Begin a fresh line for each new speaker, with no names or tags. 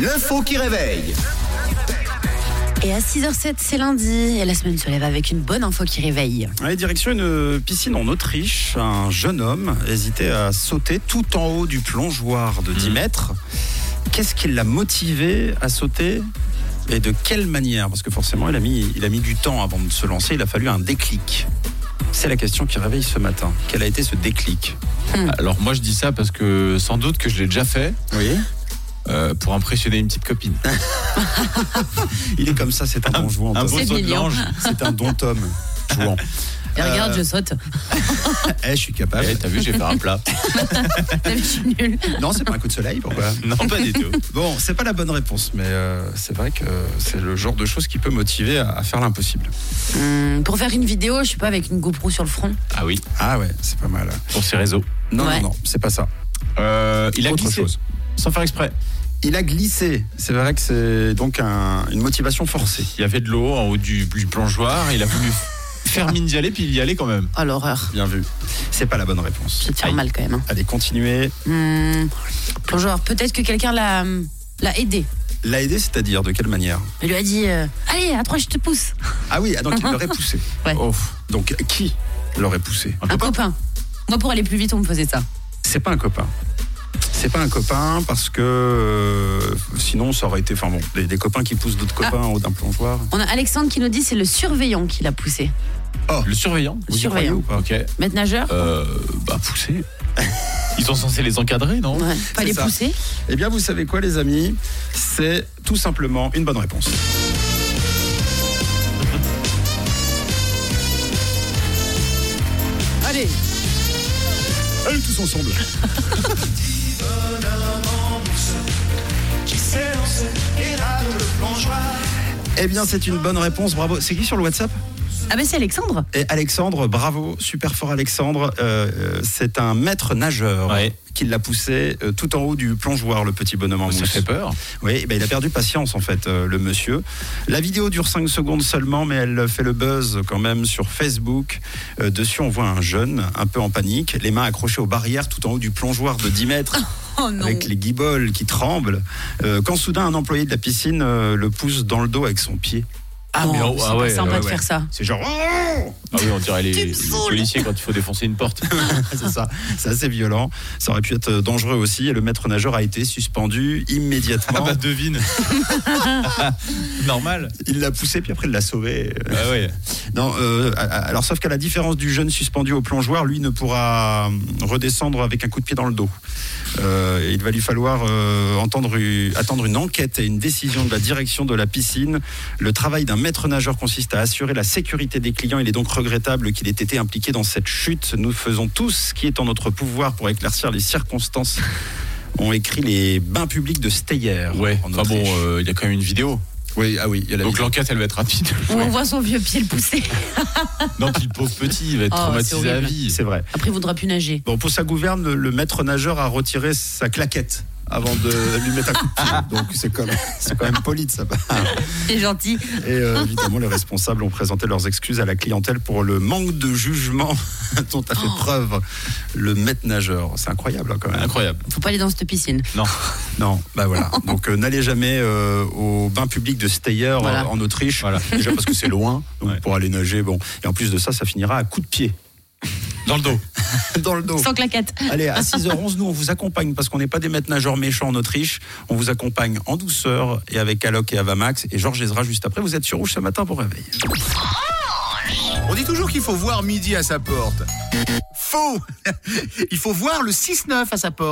L'info qui réveille.
Et à 6h07, c'est lundi. Et la semaine se lève avec une bonne info qui réveille.
Allez, direction une euh, piscine en Autriche. Un jeune homme hésitait à sauter tout en haut du plongeoir de
Mmh.
10 mètres. Qu'est-ce qui l'a motivé à sauter et de quelle manière Parce que forcément, il a, mis, il a mis du temps avant de se lancer. Il a fallu un déclic. C'est la question qui réveille ce matin. Quel a été ce déclic
Hmm. Alors moi je dis ça parce que sans doute que je l'ai déjà fait
Oui.
euh, pour impressionner une petite copine.
Il est comme ça, c'est un Ah, bon jouant.
un beau
Ah, C'est
saut de
mignon.
l'ange.
C'est un don homme jouant.
Et regarde, je saute.
Eh, je suis capable.
Eh, T'as vu, j'ai fait un plat.
T'as vu, je suis nulle.
Non, c'est pas un coup de soleil, pourquoi
Non, pas du tout.
Bon, c'est pas la bonne réponse, mais euh, c'est vrai que c'est le genre de chose qui peut motiver à, à faire l'impossible.
Hum, pour faire une vidéo, je sais pas, avec une GoPro sur le front.
Ah oui,
Ah ouais, c'est pas mal.
pour ses réseaux.
Non,
Ouais.
non, non, c'est pas ça.
Euh, il a
Autre
glissé.
chose.
Sans faire exprès.
Il a glissé. C'est vrai que c'est donc un- une motivation forcée.
Il y avait de l'eau en haut du, du plongeoir. Il a voulu faire mine d'y aller, puis il y allait quand même.
Oh, l'horreur.
Bien vu. C'est pas la bonne réponse.
Je te faire
Aïe.
mal quand même. hein.
Allez, continuez.
Hum, plongeoir, peut-être que quelqu'un l'a hum, l'a aidé.
L'a aidé, c'est-à-dire de quelle manière
Il lui a dit euh, Allez, à trois, je te pousse.
Ah oui, ah, donc il l'aurait poussé.
Mhm. Ouais.
Oh, donc qui l'aurait poussé
Un copain. Moi, pour aller plus vite, on me faisait ça.
C'est pas un copain. C'est pas un copain parce que euh, sinon ça aurait été. Enfin bon, des, des copains qui poussent d'autres copains en haut d'un plongeoir.
On a Alexandre qui nous dit c'est le surveillant qui l'a poussé.
Le surveillant
Le surveillant.
ou pas
Ok.
Maître nageur
Euh, bah, poussé. Ils sont censés les encadrer, non
Ouais, Pas
c'est
les
ça.
pousser.
Eh bien, vous savez quoi, les amis C'est tout simplement une bonne réponse.
Allez.
Allez, tous ensemble. Eh bien, c'est une bonne réponse, bravo. C'est qui sur le WhatsApp
Ah, ben c'est Alexandre.
Et Alexandre, bravo, super fort Alexandre. Euh, euh, c'est un maître nageur
Ouais.
qui l'a poussé euh, tout en haut du plongeoir, le petit bonhomme en
Ça
mousse.
fait peur.
Oui, eh ben, il a perdu patience en fait, euh, le monsieur. La vidéo dure 5 secondes seulement, mais elle fait le buzz quand même sur Facebook. Euh, dessus, on voit un jeune un peu en panique, les mains accrochées aux barrières tout en haut du plongeoir de 10 mètres,
Oh non.
avec les guiboles qui tremblent. Euh, quand soudain, un employé de la piscine euh, le pousse dans le dos avec son pied.
Ah,
Non,
mais oh,
c'est
ah
pas
ouais,
sympa
ouais,
de
ouais.
faire ça.
C'est genre... Oh
Ah oui, on dirait les,
Tu me
les
saoules.
policiers quand il faut défoncer une porte.
c'est ça, c'est assez violent. Ça aurait pu être dangereux aussi. Et le maître nageur a été suspendu immédiatement.
Ah bah devine. Normal.
bah, Il l'a poussé, puis après il l'a sauvé. euh,
Bah ouais.
Non, euh, a- a- alors sauf qu'à la différence du jeune suspendu au plongeoir, lui ne pourra euh, redescendre avec un coup de pied dans le dos. Euh, et il va lui falloir euh, entendre, u- attendre une enquête et une décision de la direction de la piscine. Le travail d'un maître nageur consiste à assurer la sécurité des clients. Il est donc regrettable qu'il ait été impliqué dans cette chute. Nous faisons tout ce qui est en notre pouvoir pour éclaircir les circonstances. ont écrit les bains publics de Steyer.
Ouais.
en
Enfin bon,
Autriche.
euh, il y a quand même une vidéo.
oui, ah oui, il y a la
Donc
vidéo.
l'enquête, elle va être rapide.
Où on voit son vieux pied le pousser.
non, puis le pauvre petit, il va être
Oh, c'est
traumatisé à
horrible.
vie.
c'est vrai.
Après, il voudra plus nager.
Bon, pour sa gouverne, le maître nageur a retiré sa claquette avant de lui mettre un coup de pied. Donc c'est quand, même- c'est quand même poli de sa part.
C'est gentil.
Et euh, évidemment, les responsables ont présenté leurs excuses à la clientèle pour le manque de jugement dont a fait preuve le maître nageur. C'est incroyable hein, quand même.
Oh. Incroyable.
Faut pas aller dans cette piscine.
Non.
Non, bah voilà. Donc euh, n'allez jamais euh, au bain public de Steyer euh,
Voilà.
en Autriche.
Voilà.
Déjà parce que c'est loin. Donc
Ouais.
pour aller nager, bon. Et en plus de ça, ça finira à coups de pied
Dans le dos.
dans le dos.
Sans claquette.
Allez, à 6h11, nous, on vous accompagne parce qu'on n'est pas des maîtres nageurs méchants en Autriche. On vous accompagne en douceur et avec Alok et Avamax. Et Georges Ezra, juste après, vous êtes sur Rouge ce matin pour réveiller.
On dit toujours qu'il faut voir midi à sa porte. Faux Il faut voir le 6-9 à sa porte.